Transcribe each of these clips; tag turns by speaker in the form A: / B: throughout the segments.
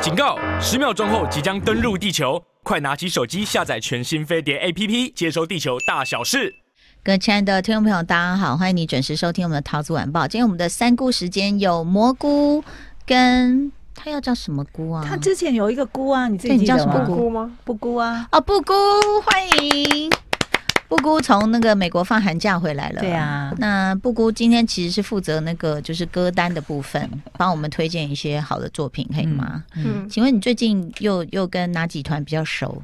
A: 警告！十秒钟后即将登陆地球，快拿起手机下载全新飞碟 APP，接收地球大小事。
B: 各位亲爱的听众朋友，大家好，欢迎你准时收听我们的《桃子晚报》。今天我们的三姑时间有蘑菇跟它要叫什么菇啊？
C: 他之前有一个菇啊，你自
B: 对你
C: 己记
B: 叫
C: 得
B: 什么
C: 吗
B: 菇
D: 吗？
C: 布菇啊，
B: 哦布菇，欢迎布菇从那个美国放寒假回来了。
C: 对。啊，
B: 那布菇今天其实是负责那个就是歌单的部分，帮我们推荐一些好的作品，可以吗？
D: 嗯，
B: 请问你最近又又跟哪几团比较熟？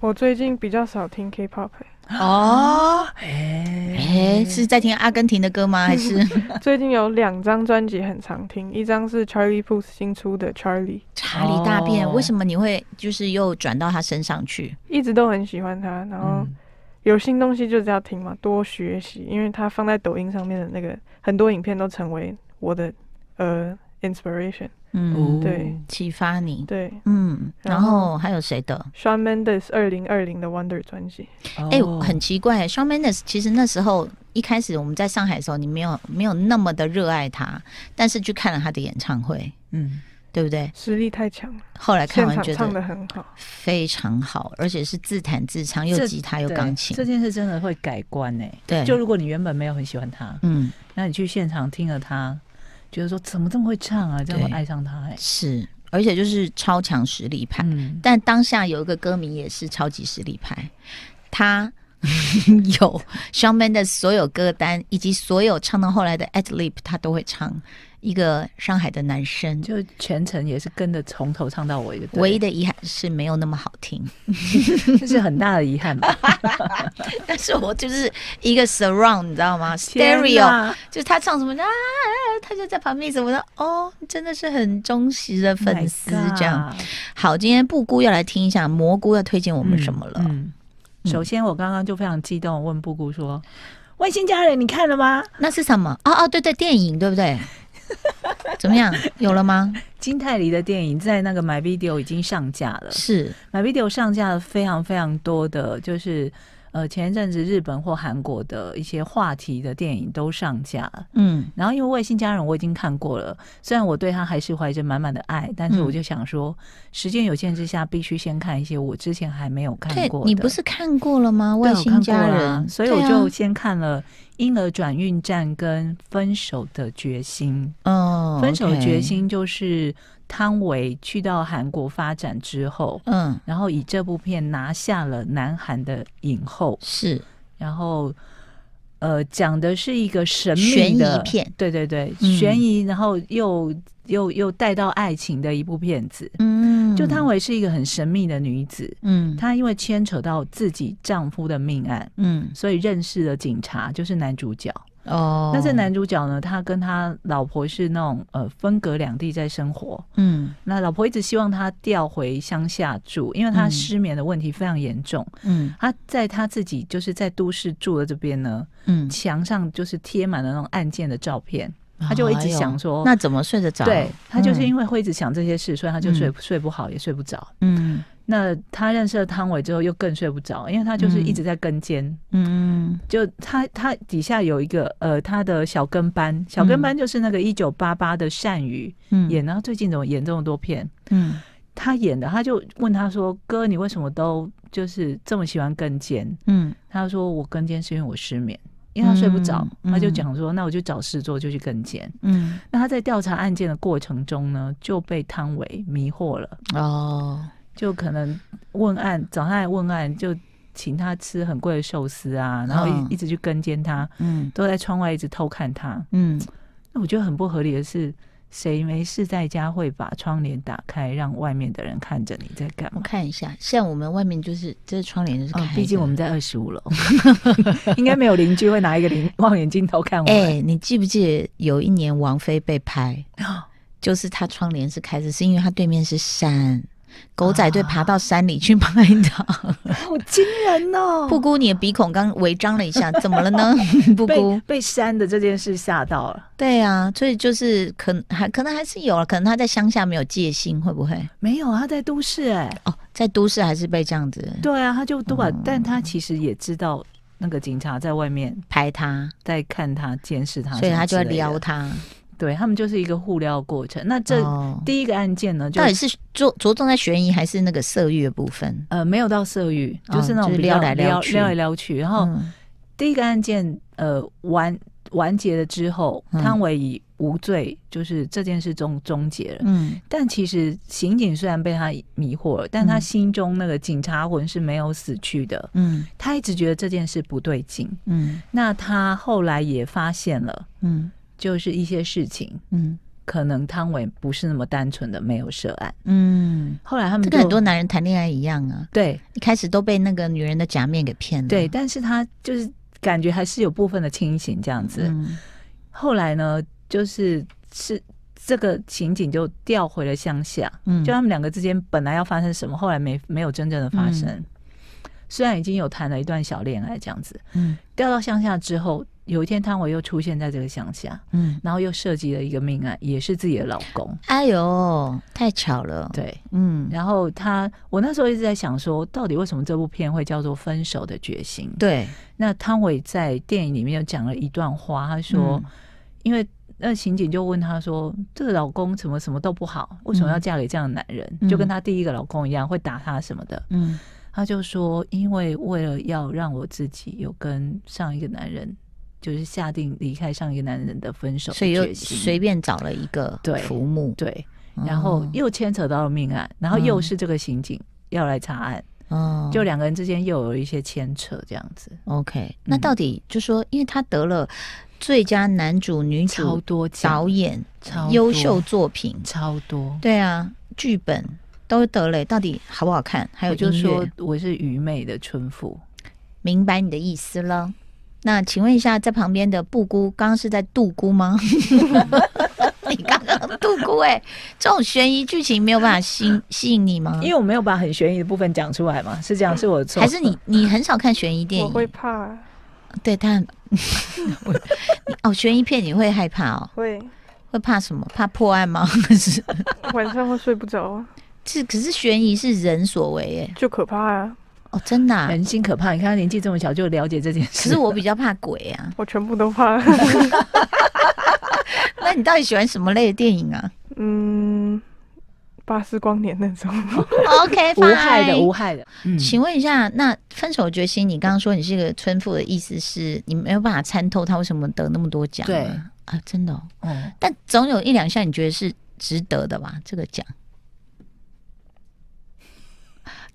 D: 我最近比较少听 K-pop，、欸
C: 哦，哎，
B: 哎、是在听阿根廷的歌吗？还 是
D: 欸、最近有两张专辑很常听，一张是 Charlie Puth 新出的 Charlie，
B: 查理大便？
C: 哦
B: 为什么你会就是又转到他身上去？
D: 一直都很喜欢他，然后
C: 嗯
D: 有新东西就是要听嘛，多学习，因为他放在抖音上面的那个很多影片都成为我的呃 inspiration，
B: 嗯，
D: 对
B: 启发你。
D: 哦对。
B: 嗯，然
D: 然后
B: 后还有谁的？
D: Shawn Mendes 二零二零的 Wonder 专辑，
B: 哎、
C: 哦
B: 很奇怪，Shawn Mendes 其实那时候一开始我们在上海的时候，你没有没有那么的热爱他，但是去看了他的演唱会，
C: 嗯，
B: 对不对？
D: 实力太强了，
B: 后来看
D: 现
B: 完
D: 场
B: 觉
D: 唱
B: 得
D: 的很好。
B: 非常好，而且是自弹自唱，又
C: 这
B: 吉他又
C: 对
B: 钢琴
C: 这，件事真的会改观哎。
B: 对，
C: 就如果你原本没有很喜欢他，
B: 嗯
C: 那你去现场听了他，觉得说怎么这么会唱啊，这样
B: 对
C: 会爱上他哎。
B: 是，而且就是超强实力派。
C: 嗯，
B: 但当下有一个歌迷也是超级实力派，他 有 Shawn Mendes 所有歌单，以及所有唱到后来的 At Leap，他都会唱。一个上海的男生，
C: 就全程也是跟着从头唱到尾的，
B: 唯一
C: 的
B: 的遗憾是没有那么好听，
C: 这是很大的遗憾吧。
B: 但是我就是一个 surround，你知道吗
C: 天
B: ？stereo，
C: 哪
B: 就是他唱什么啊，他就在旁边一直我说哦，真的是很忠实的粉丝
C: Oh My God
B: 这样。好，今天布姑要来听一下蘑菇要推荐我们什么了？
C: 嗯嗯首先，我刚刚就非常激动，问布谷说：“外星家人，你看了吗？
B: 那是什么？哦哦，对对，电影对不 对？怎么样？有了吗？
C: 金泰梨的电影在那个 My Video 已经上架了
B: 是，
C: ，My Video 上架了非常非常多的，就是呃前一阵子日本或韩国的一些话题的电影都上架了。
B: 嗯
C: 然后因为《外星家人》我已经看过了，虽然我对他还是怀着满满的爱，但是
B: 嗯
C: 我就想说，时间有限之下，必须先看一些我之前还没有看
B: 对
C: 过的。
B: 你不是看过了吗？外
C: 对我
B: 星
C: 看过
B: 家
C: 啦
B: 人，
C: 所以我
B: 对啊
C: 就先看了《婴儿转运站》跟《分手的决心》。
B: 哦，
C: 分手的决
B: OK，
C: 心就是汤唯去到韩国发展之后，
B: 嗯，
C: 然后以这部片拿下了南韩的影后，
B: 是
C: 然后。呃，讲的是一个神秘的
B: 悬疑片
C: 对对对，
B: 嗯
C: 悬疑，然后又又又带到爱情的一部片子。
B: 嗯，
C: 就汤唯是一个很神秘的女子，
B: 嗯，
C: 她因为牵扯到自己丈夫的命案，
B: 嗯
C: 所以认识了警察，就是男主角。
B: 哦，
C: 那这男主角呢，他跟他老婆是那种呃分隔两地在生活。
B: 嗯
C: 那老婆一直希望他调回乡下住，因为他
B: 嗯
C: 失眠的问题非常严重。
B: 嗯
C: 他在他自己就是在都市住的这边呢，
B: 嗯，
C: 墙上就是贴满了那种案件的照片，他就一直想
B: 哎
C: 说，
B: 呦那怎么睡得着？
C: 对他就是
B: 为
C: 因为会一直想这些事，所以他就睡、
B: 嗯
C: 睡不好，也睡不着。
B: 嗯
C: 那他认识了汤唯之后，又更睡不着，因为他就是一直在跟监。
B: 嗯
C: 就他他底下有一个呃，他的小跟班，小跟班就是那个一九八八的善宇、
B: 嗯
C: 演，然后最近怎么演这么多片？
B: 嗯
C: 他演的，他就问他说：“哥，你为什么都就是这么喜欢跟监
B: 嗯？”
C: 他说：“我跟监是因为我失眠，因为他睡不着。
B: 嗯
C: 他就讲说：“那我就找事做，就去跟监。
B: 嗯，
C: 那他在调查案件的过程中呢，就被汤唯迷惑了，
B: 哦，
C: 就可能问案找他来问案，就请他吃很贵的寿司啊，然后
B: 嗯
C: 一一直去跟监他。
B: 嗯
C: 都在窗外一直偷看他。
B: 嗯，
C: 那我觉得很不合理的是，谁没事在家会把窗帘打开，让外面的人看着你在干
B: 我
C: 嘛？
B: 看一下，现在我们外面就是这窗帘就是
C: 哦
B: 开，
C: 毕竟
B: 的
C: 我们在二十五 楼，应该没有邻居会拿一个零望远镜头看我
B: 哎、
C: 们。
B: 你记不记得有一年王菲被拍， 就是她窗帘是开着，是因为她对面是山，狗仔队爬到山里去拍的。
C: 好惊人哦
B: 布姑，你的鼻孔刚违章了一下，怎么了 呢？布
C: 被
B: 姑，
C: 被删的这件事吓到了，
B: 对啊，所以就是可能还可能还是有啊了，可能她在乡下没有戒心，会不会？
C: 没有啊，在都市哎、
B: 哦，在都市还是被这样子
C: 对啊，他就都把，
B: 哦
C: 但他其实也知道那个警察在外面
B: 拍她，
C: 在看他监视他，
B: 所以她
C: 他
B: 就要撩，他。
C: 对他们就是一个互撩过程。那这
B: 哦
C: 第一个案件呢，就
B: 到底是着着重在悬疑还是那个色欲的部分？
C: 呃没有到色欲，
B: 哦
C: 就是那种
B: 就是
C: 比较
B: 撩来撩
C: 撩
B: 去
C: 撩来撩去。然后
B: 嗯
C: 第一个案件呃完完结了之后，
B: 嗯
C: 汤唯以无罪，就是这件事终终结了。
B: 嗯
C: 但其实刑警虽然被他迷惑了，但他
B: 嗯
C: 心中那个警察魂是没有死去的，
B: 嗯
C: 他一直觉得这件事不对劲。
B: 嗯
C: 那他后来也发现了，
B: 嗯
C: 就是一些事情，
B: 嗯
C: 可能汤唯不是那么单纯的没有涉案。
B: 嗯，
C: 后来他们
B: 这
C: 就
B: 跟很多男人谈恋爱一样啊，
C: 对
B: 一开始都被那个女人的假面给骗了。
C: 对，，但是他就是感觉还是有部分的清醒这样子。
B: 嗯
C: 后来呢，就是是这个情景就调回了乡下，
B: 嗯，
C: 就他们两个之间本来要发生什么，后来没没有真正的发生。虽然已经有谈了一段小恋爱这样子，
B: 嗯
C: 调到乡下之后，有一天汤唯又出现在这个乡下，
B: 嗯，
C: 然后又涉及了一个命案，也是自己的老公。
B: 哎呦，太巧了。，
C: 对，
B: 嗯，
C: 然后他，我那时候一直在想说，到底为什么这部片会叫做《分手的决心》？
B: 对，
C: 那汤唯在电影里面有讲了一段话，他说，
B: 嗯
C: 因为那刑警就问他说，这个老公怎么什么都不好，为什么要嫁给这样的男人？
B: 嗯
C: 就跟他第一个老公一样，会打他什么的。
B: 嗯
C: 他就说，因为为了要让我自己有跟上一个男人，就是下定离开上一个男人的分手的
B: 所以哦又
C: 决心
B: 随便找了一个
C: 对
B: 浮木，
C: 对，然后又牵扯到了命案，然后又是这个刑警要来查案，
B: 哦，
C: 就两个嗯人之间又有一些牵扯，这样子
B: OK，那到底就说，因为他得了最佳男主、女
C: 超
B: 主、
C: 多奖
B: 导演
C: 超多
B: 优秀作品，
C: 超多。
B: 对啊，剧本都得了，到底好不好看？还有
C: 我就
B: 音乐
C: 说我是愚昧的村妇，
B: 明白你的意思了。那请问一下，在旁边的布姑，刚刚是在杜姑吗？ 你刚刚杜姑哎、这种悬疑剧情没有办法吸吸引你吗？
C: 因为我没有把很悬疑的部分讲出来嘛，是这样，是我的错。
B: 嗯还是你你很少看悬疑电
D: 我会
B: 影？
D: 怕，
B: 对，他很我你 哦，悬疑片你会害怕哦？
D: 会
B: 会怕什么？怕破案吗？ 是
D: 晚上会睡不着，
B: 是，可是悬疑是人所为哎、
D: 就可怕啊！
B: 哦，真的、啊。
C: 人心可怕，你看他年纪这么小就了解这件
B: 可
C: 事。
B: 是我比较怕鬼啊。
D: 我全部都 怕。
B: 那你到底喜欢什么类的电影 啊
D: 嗯，巴斯光年那 种，
B: ？OK，
C: 无害的，
B: fine
C: 无害的。嗯
B: 请问一下，那分手决心，你刚刚说你是个村妇的意思是你没有办法参透他为什么得那么多奖、啊？
C: 对
B: 啊，真的、哦，
C: 哦，
B: 但总有一两项你觉得是值得的吧？这个奖。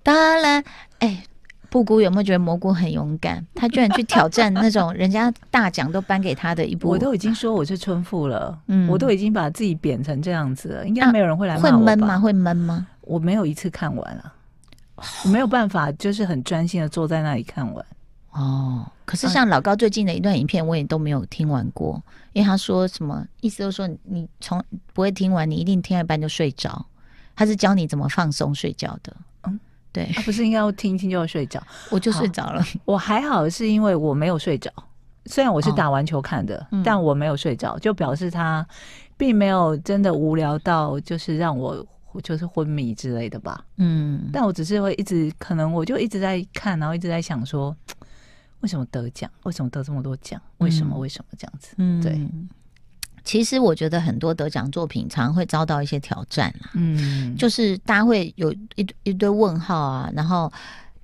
B: 当然，哎，布谷有没有觉得蘑菇很勇敢？他居然去挑战那种人家大奖都颁给他的一部，
C: 我都已经说我是村妇了，
B: 嗯
C: 我都已经把自己贬成这样子了，应该
B: 那
C: 没有人会来
B: 会
C: 骂我
B: 闷
C: 吧
B: 吗？？会闷吗？
C: 我没有一次看完啊，我没有办法，就是很专心的坐在那里看完。
B: 哦，可
C: 嗯
B: 是像老高最近的一段影片，我也都没有听完过，因为他说什么意思，就是说你你从不会听完，你一定听到一半就睡着。他是教你怎么放松睡觉的。嗯
C: 嗯，
B: 对，
C: 啊、不是应该要听一听就要睡觉？
B: 我就睡着了。
C: 我还好，是因为我没有睡着。虽然我是
B: 哦
C: 打完球看的，
B: 嗯
C: 但我没有睡着，就表示他并没有真的无聊到就是让我就是昏迷之类的吧。
B: 嗯，
C: 但我只是会一直，可能我就一直在看，然后一直在想说，为什么得奖？为什么得这么多奖？为什么？
B: 嗯
C: 为什么这样子？
B: 嗯
C: 对。
B: 其实我觉得很多得奖作品常会遭到一些挑战啦，
C: 嗯，
B: 就是大家会有一堆一堆问号啊，然后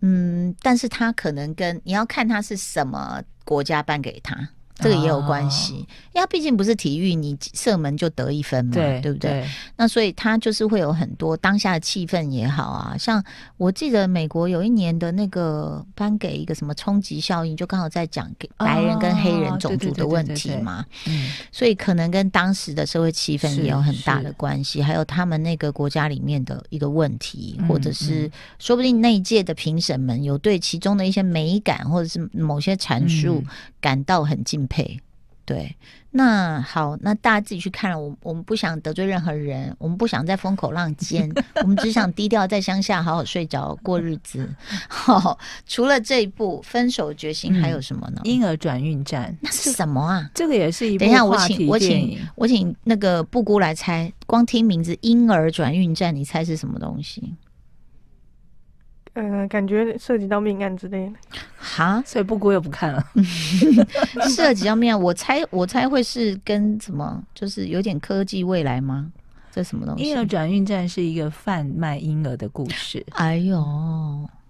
B: 嗯，但是他可能跟你要看他是什么国家颁给他，这个也有关
C: 哦
B: 系，因为他毕竟不是体育，你射门就得一分嘛，
C: 对
B: 不对？？那所以他就是会有很多当下的气氛也好啊，像我记得美国有一年的那个颁给一个什么冲击效应，就刚好在讲给白人跟黑人
C: 哦
B: 种族
C: 对对
B: 的
C: 对对
B: 问
C: 对
B: 题
C: 对
B: 嘛，
C: 嗯，
B: 所以可能跟当时的社会气氛
C: 是
B: 也有很大的
C: 是
B: 关系，还有他们那个国家里面的一个问题，
C: 嗯
B: 或者是
C: 嗯
B: 说不定那一届的评审们有对其中的一些美感或者是某些阐述
C: 嗯
B: 感到很敬佩。对，那好，那大家自己去看了。我我们不想得罪任何人，我们不想在风口浪 尖，我们只想低调在乡下好好睡着过日子。好、除了这一部《分手决心》，还有
C: 嗯
B: 什么呢？
C: 婴儿转运站，
B: 那是什么啊？
C: 这个也是一部
B: 等一下，我
C: 话
B: 请
C: 题
B: 我
C: 电
B: 请
C: 影
B: 我请那个布姑来猜，光听名字“婴儿转运站”，你猜是什么东西？
D: 嗯、感觉涉及到命案之类的。
B: 哈，
C: 所以布谷又不看了。
B: 涉及到面，我猜我猜会是跟什么，就是有点科技未来吗？这什么东西
C: 婴？儿转运站是一个贩卖婴儿的故事，
B: 哎呦，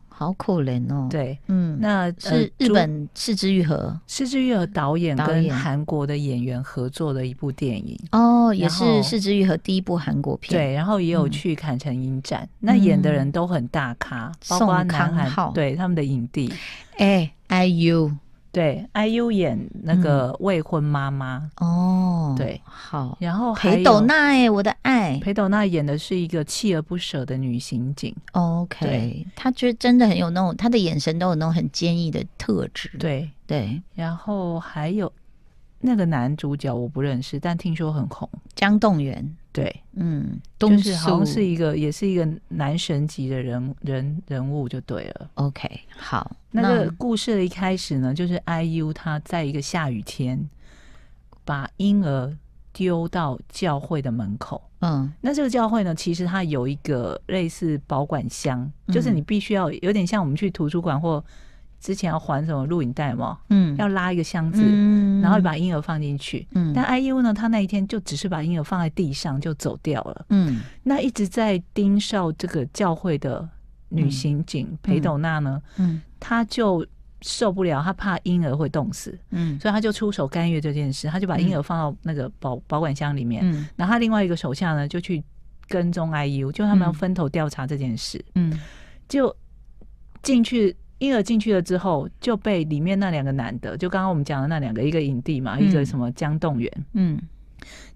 B: 好可怜哦。，
C: 对，
B: 嗯，
C: 那呃
B: 是日本四肢愈合
C: 失之愈合导演
B: 导
C: 跟
B: 演
C: 韩国的演员合作的一部电影。
B: 哦，也
C: 然
B: 是
C: 后
B: 四肢愈合第一部韩国片。
C: 对，然后也有
B: 嗯
C: 去坎城影展，那演的人都很大咖，包括
B: 宋
C: 南
B: 康昊
C: 韩对他们的影帝，
B: 哎，IU
C: 对 IU 演那
B: 嗯
C: 个未婚妈妈，
B: 哦，
C: 对
B: 好，
C: 然后还
B: 裴
C: 有
B: 斗娜哎，我的爱
C: 裴斗娜演的是一个锲而不舍的女刑警，
B: ，OK，
C: 对
B: 他觉得真的很有那种，他的眼神都有那种很坚毅的特质。
C: 对，
B: 对，
C: 然后还有那个男主角我不认识，但听说很红，
B: 江栋元，
C: 对，
B: 嗯，
C: 就
B: 东
C: 是好像
B: 树
C: 是一个也是一个男神级的人人人物就对了。
B: OK，好，
C: 那个故事的一开始呢，就是 IU 他在一个下雨天，把婴儿丢到教会的门口。
B: 嗯
C: 那这个教会呢，其实它有一个类似保管箱，
B: 嗯
C: 就是你必须要有点像我们去图书馆或之前要还什么录影带嘛，
B: 嗯，
C: 要拉一个箱子，
B: 嗯
C: 然后把婴儿放进去。
B: 嗯
C: 但 IU 呢，他那一天就只是把婴儿放在地上就走掉了。
B: 嗯
C: 那一直在盯梢这个教会的女
B: 嗯
C: 刑警裴斗娜呢，
B: 嗯
C: 他就受不了，他怕婴儿会冻死，
B: 嗯
C: 所以他就出手干预这件事，他就把婴儿放到那个保保管箱里面。
B: 嗯
C: 然后他另外一个手下呢，就去跟踪 IU，就他们要
B: 嗯
C: 分头调查这件事。
B: 嗯
C: 就进去婴儿进去了之后，就被里面那两个男的，就刚刚我们讲的那两个，一个影帝嘛，
B: 嗯
C: 一个什么江栋元，
B: 嗯，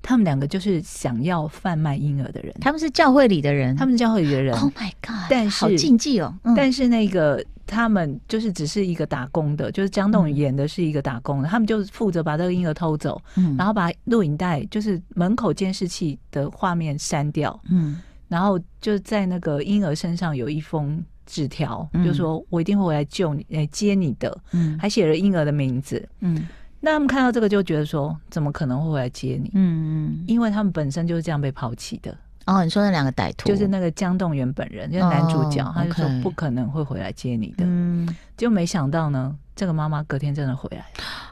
C: 他们两个就是想要贩卖婴儿的人，
B: 他们是教会里的人，
C: 他们教会里的人。
B: Oh my God，
C: 但
B: 好
C: 是
B: 禁忌哦，嗯
C: 但是那个他们就是只是一个打工的，就是江栋宇演的是一个打工的，他们就负责把这个婴儿偷走，
B: 嗯
C: 然后把录影带就是门口监视器的画面删掉，
B: 嗯
C: 然后就在那个婴儿身上有一封纸条，
B: 嗯
C: 就说我一定会回来救你，来接你的，
B: 嗯
C: 还写了婴儿的名字。
B: 嗯
C: 那他们看到这个就觉得说，怎么可能会回来接你？
B: 嗯嗯，
C: 因为他们本身就是这样被抛弃的，
B: 哦，你说那两个歹徒
C: 就是那个江栋元本人，就是男主角，
B: 哦
C: 他就说
B: OK
C: 不可能会回来接你的。
B: 嗯
C: 就没想到呢，这个妈妈隔天真的回来了，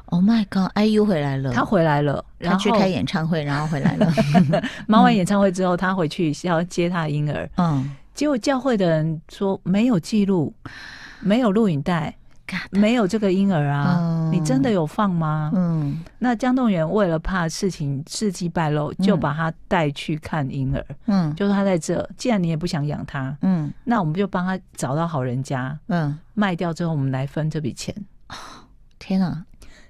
B: ，Oh my God，IU 回来了，
C: 她回来了，
B: 他
C: 然
B: 嗯去
C: 后
B: 开演唱会，然后回来 了，
C: 忙完演唱会之后，她回去要接她婴儿，
B: 嗯
C: 结果教会的人说没有记录，没有录影带，
B: ，God，
C: 没有这个婴儿啊。
B: 嗯
C: 你真的有放吗？
B: 嗯
C: 那江栋元为了怕事情事迹败露，
B: 嗯
C: 就把他带去看婴儿，
B: 嗯
C: 就说他在这。既然你也不想养他，
B: 嗯
C: 那我们就帮他找到好人家，
B: 嗯，
C: 卖掉之后，我们来分这笔钱。
B: 天啊，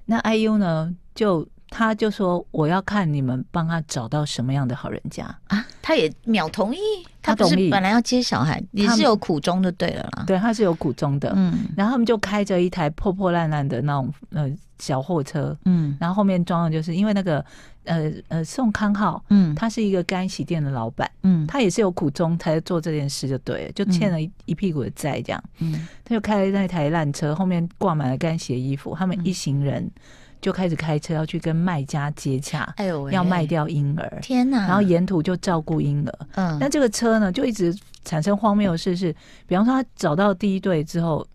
C: 那 IU 呢，就他就说我要看你们帮他找到什么样的好人家。
B: 啊，他也秒同意，他
C: 他
B: 不
C: 同
B: 是
C: 意
B: 本来要接小孩，也
C: 他
B: 是有苦衷就对了啦。
C: 对，他是有苦衷的。
B: 嗯
C: 然后他们就开着一台破破烂烂的那种呃小货车，
B: 嗯
C: 然后后面装的就是因为那个呃呃宋康昊，
B: 嗯
C: 他是一个干洗店的老板，
B: 嗯
C: 他也是有苦衷才做这件事，就对了，就欠了一一屁股的债这样。
B: 嗯
C: 他就开了那台烂车，后面挂满了干洗的衣服，他
B: 嗯
C: 们一行人就开始开车要去跟卖家接洽，
B: 哎呦喂，
C: 要卖掉婴儿。
B: 天哪！
C: 然后沿途就照顾婴儿。
B: 嗯
C: 那这个车呢，就一直产生荒谬的事是，比方说他找到第一对之后，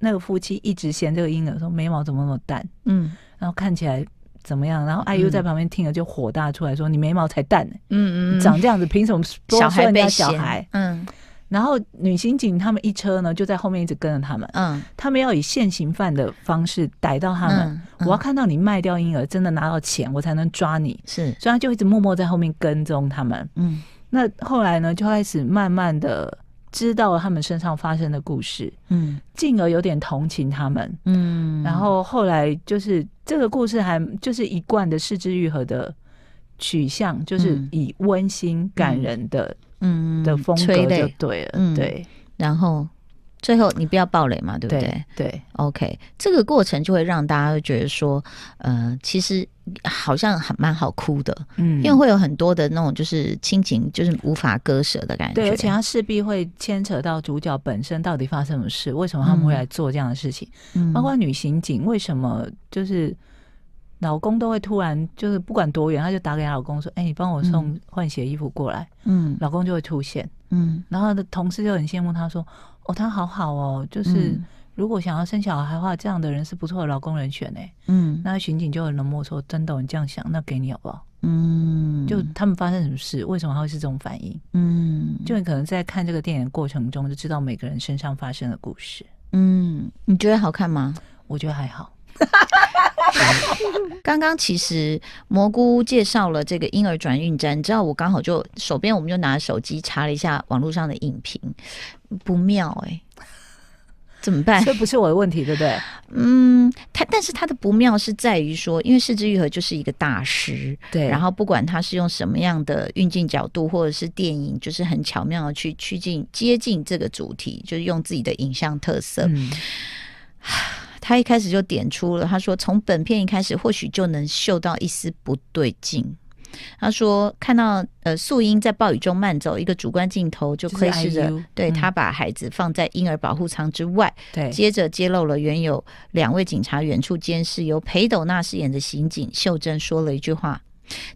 C: 那个夫妻一直嫌这个婴儿说眉毛怎么那么淡，
B: 嗯
C: 然后看起来怎么样，然后 IU 在旁边听了就火大出来说：“你眉毛才淡、呢，
B: 嗯嗯，
C: 长这样子凭什么多
B: 小
C: 说
B: 孩
C: 人
B: 被
C: 家小
B: 嫌
C: 孩？”，
B: 嗯
C: 然后女刑警他们一车呢就在后面一直跟着他们，
B: 嗯
C: 他们要以现行犯的方式逮到他们。
B: 嗯，
C: 我要
B: 嗯
C: 看到你卖掉婴儿，真的拿到钱，我才能抓你。
B: 是
C: 所以他就一直默默在后面跟踪他们。
B: 嗯
C: 那后来呢，就开始慢慢的知道了他们身上发生的故事，
B: 嗯
C: 进而有点同情他们。
B: 嗯，
C: 然后后来就是这个故事还就是一贯的失之愈合的取向，就是
B: 嗯
C: 以温馨感人的、
B: 嗯
C: 的风格
B: 催
C: 就
B: 泪，
C: 对了，
B: 嗯
C: 对
B: 然后最后你不要暴雷嘛，对不对？
C: 对
B: OK，这个过程就会让大家会觉得说，呃，其实好像还蛮好哭的，
C: 嗯
B: 因为会有很多的那种就是亲情，就是无法割舍的感觉。
C: 对，而且他势必会牵扯到主角本身到底发生什么事，为什么他们会来做这样的事情，
B: 嗯
C: 包括女刑警为什么就是老公都会突然就是不管多远，她就打给她老公说：“哎、你帮我送
B: 嗯
C: 换洗的衣服过来。
B: 嗯
C: 老公就会出现，
B: 嗯，
C: 然后她的同事就很羡慕她说：“哦，她好好哦，就是
B: 嗯
C: 如果想要生小孩的话，这样的人是不错的老公人选哎。”
B: 嗯
C: 那巡警就很冷漠说：“真的，你这样想，那给你好不好？”
B: 嗯，
C: 就他们发生什么事，为什么他会是这种反应？
B: 嗯
C: 就你可能在看这个电影的过程中，就知道每个人身上发生的故事。
B: 嗯，你觉得好看吗？
C: 我觉得还好，
B: 刚刚其实蘑菇介绍了这个婴儿转运站，你知道我刚好就手边我们就拿手机查了一下网络上的影评，不妙哎、怎么办？
C: 这不是我的问题，对不 对？
B: 嗯，它但是它的不妙是在于说，因为四肢愈合就是一个大师，
C: 对
B: 然后不管他是用什么样的运镜角度，或者是电影，就是很巧妙的去趋近接近这个主题，就是用自己的影像特色。
C: 嗯，
B: 他一开始就点出了，他说从本片一开始，或许就能嗅到一丝不对劲。他说看到呃素英在暴雨中慢走，一个主观镜头就
C: 就是
B: 窥视着
C: IU，
B: 对
C: 嗯
B: 他把孩子放在婴儿保护舱之外，
C: 对，
B: 接着揭露了原有两位警察远处监视，由裴斗娜饰演的刑警秀珍说了一句话：“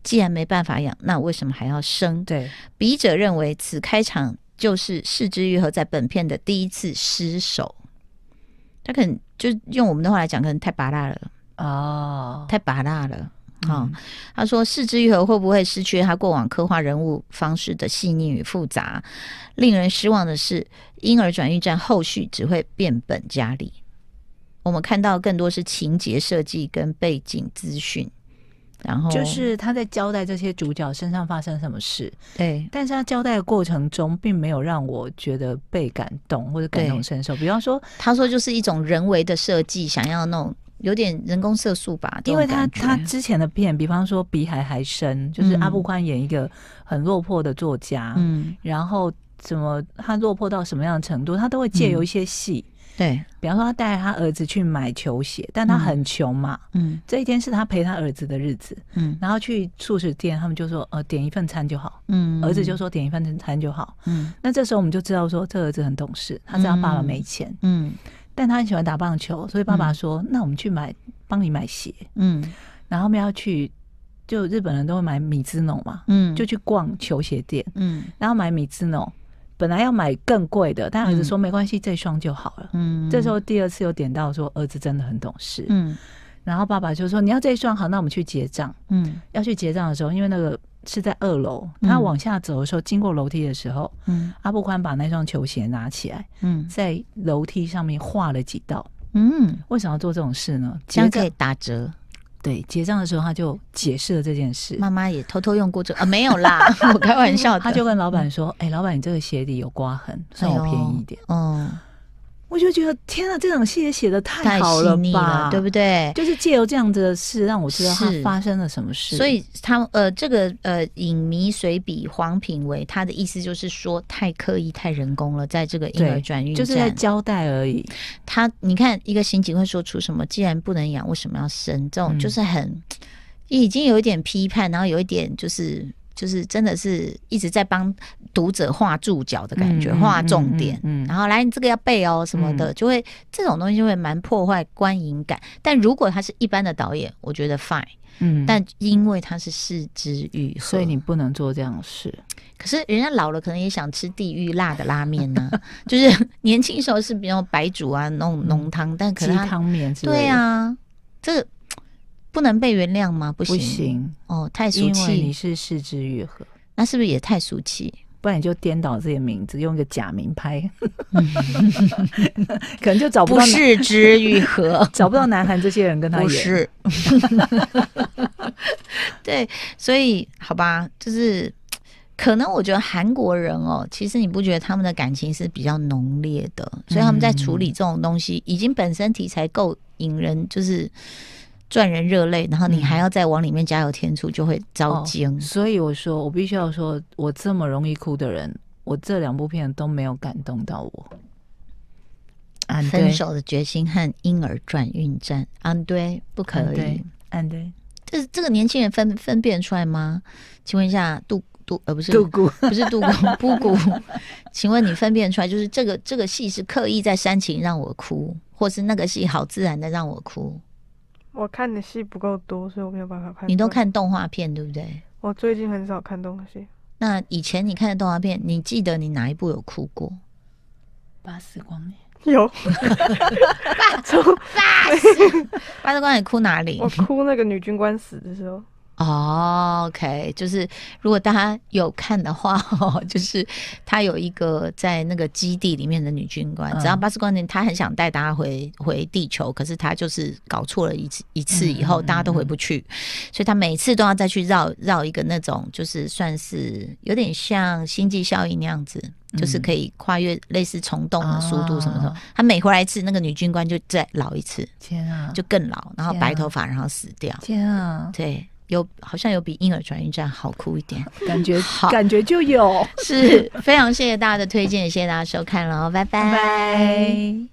B: 既然没办法养，那为什么还要生？”
C: 对，
B: 笔者认为此开场就是市之愈合在本片的第一次失手，他可能就用我们的话来讲，可能太拔辣了，
C: 哦，
B: 太拔辣了。
C: 嗯
B: 啊、他说市之愈合会不会失去他过往刻画人物方式的细腻与复杂？令人失望的是，婴儿转运站后续只会变本加厉。我们看到更多是情节设计跟背景资讯，然后
C: 就是他在交代这些主角身上发生什么事，
B: 对
C: 但是他交代的过程中，并没有让我觉得被感动或者感同
B: 对
C: 身受。比方说，
B: 他说就是一种人为的设计，想要那种有点人工色素吧，
C: 因为
B: 这种
C: 他
B: 感觉
C: 他之前的片，比方说《比海还深》，就是
B: 嗯
C: 阿布宽演一个很落魄的作家，
B: 嗯
C: 然后怎么他落魄到什么样的程度，他都会
B: 嗯
C: 借由一些戏，
B: 对
C: 比方说他带着他儿子去买球鞋，但他很穷嘛，
B: 嗯
C: 这一天是他陪他儿子的日子，
B: 嗯
C: 然后去素食店，他们就说呃点一份餐就好，
B: 嗯
C: 儿子就说点一份餐就好，
B: 嗯
C: 那这时候我们就知道说这儿子很懂事，他知道爸爸没钱，
B: 嗯
C: 但他很喜欢打棒球，所以爸爸说、那我们去买帮你买鞋，
B: 嗯
C: 然后我们要去就日本人都会买米兹农嘛，
B: 嗯
C: 就去逛球鞋店，
B: 嗯
C: 然后买米兹农，本来要买更贵的，但儿子
B: 嗯
C: 说没关系，这双就好了。
B: 嗯
C: 这时候第二次有点到说儿子真的很懂事，
B: 嗯
C: 然后爸爸就说你要这一双好，那我们去结账。
B: 嗯
C: 要去结账的时候，因为那个是在二楼，
B: 嗯
C: 他往下走的时候，经过楼梯的时候，
B: 嗯
C: 阿布宽把那双球鞋拿起来，
B: 嗯
C: 在楼梯上面画了几道。
B: 嗯，
C: 为什么要做这种事呢？
B: 这
C: 结
B: 样可以
C: 账
B: 打折。
C: 对结账的时候，他就解释了这件事。
B: 妈妈也偷偷用过这啊，没有啦， 我开玩笑的。
C: 他就跟老板说：“哎、老板，你这个鞋底有刮痕，
B: 哎
C: 算我便宜一点。
B: 哦，
C: 我就觉得天啊，这种戏也写的太
B: 太
C: 好
B: 细腻
C: 吧？
B: 了，对不
C: 对？
B: 对？
C: 就是借由这样子的事，让我知道他
B: 是
C: 发生了什么事。
B: 所以他呃，这个呃，影迷随笔黄品为他的意思就是说，太刻意、太人工了，在这个婴儿
C: 对
B: 转运站，
C: 就是在交代而已。
B: 他，你看一个刑警会说出什么？既然不能养，为什么要生？这种
C: 嗯
B: 就是很、已经有一点批判，然后有一点就是就是真的是一直在帮读者画注脚的感觉，
C: 嗯嗯嗯
B: 画重点。
C: 嗯嗯嗯
B: 然后来你这个要背哦什么的，就会这种东西就会蛮破坏观影感。但如果他是一般的导演，我觉得 fine。
C: 嗯
B: 但因为他是四肢愈合，
C: 所以你不能做这样的事。
B: 可是人家老了可能也想吃地狱辣的拉面呢、 就是年轻时候是比较白煮啊，弄
C: 嗯
B: 浓汤，但可
C: 鸡
B: 能他
C: 汤面之类的
B: 对啊，这个不能被原谅吗？不
C: 不
B: 行，
C: 行，
B: 哦，太俗
C: 因为
B: 气，
C: 你是四肢愈合，
B: 那是不是也太俗气？
C: 不然你就颠倒自己的名字，用一个假名拍， 可能就找不
B: 不
C: 到男，
B: 是之愈合
C: 找不到南韩这些人跟他
B: 不
C: 演。
B: 是。对，所以好吧，就是可能我觉得韩国人哦，其实你不觉得他们的感情是比较浓烈的，所以他们在处
C: 嗯
B: 理这种东西，已经本身题材够引人，就是赚人热泪，然后你
C: 嗯
B: 还要再往里面加油添醋，就会遭
C: 哦
B: 惊。
C: 所以我说，我必须要说，我这么容易哭的人，我这两部片都没有感动到我。安
B: 分，手的决心和婴儿转运站，安对，不可
C: 安
B: 以
C: 对。安对，
B: 这这个年轻人分分辨出来吗？请问一下，杜杜呃不是
C: 杜姑，
B: 不是 杜姑布谷，请问你分辨出来，就是这个这个戏是刻意在煽情让我哭，或是那个戏好自然的让我哭？
D: 我看的戏不够多，所以我没有办法判断。
B: 你都？看动画片对不对？
D: 我最近很少看东西。
B: 那以前你看的动画片，你记得你哪一部有哭 过？
C: 巴斯光年
D: 有， 从
B: 巴德光你哭哪里
D: 我？哭那个女军官死的时候，
B: 哦，OK，就是如果大家有看的话， 哦，就是他有一个在那个基地里面的女军官，
C: 嗯
B: 只要巴斯光年他很想带大家回回地球，可是他就是搞错了一次一次以后，
C: 嗯嗯
B: 大家都回不去，所以他每次都要再去绕绕一个那种，就是算是有点像星际效应那样子，就是
C: 嗯
B: 可以跨越类似虫洞哦的速度什么什么
C: 啊。
B: 他每回来一次，那个女军官就再老一次，
C: 天啊，
B: 就更老，然后白
C: 天啊
B: 头发，然后死掉。
C: 天啊，
B: 对，有好像有比婴儿转运站好哭一 点，
C: 感觉
B: 好
C: 感觉就有，
B: 哦是非常谢谢大家的推荐，也谢谢大家收看喽，拜拜
C: 拜。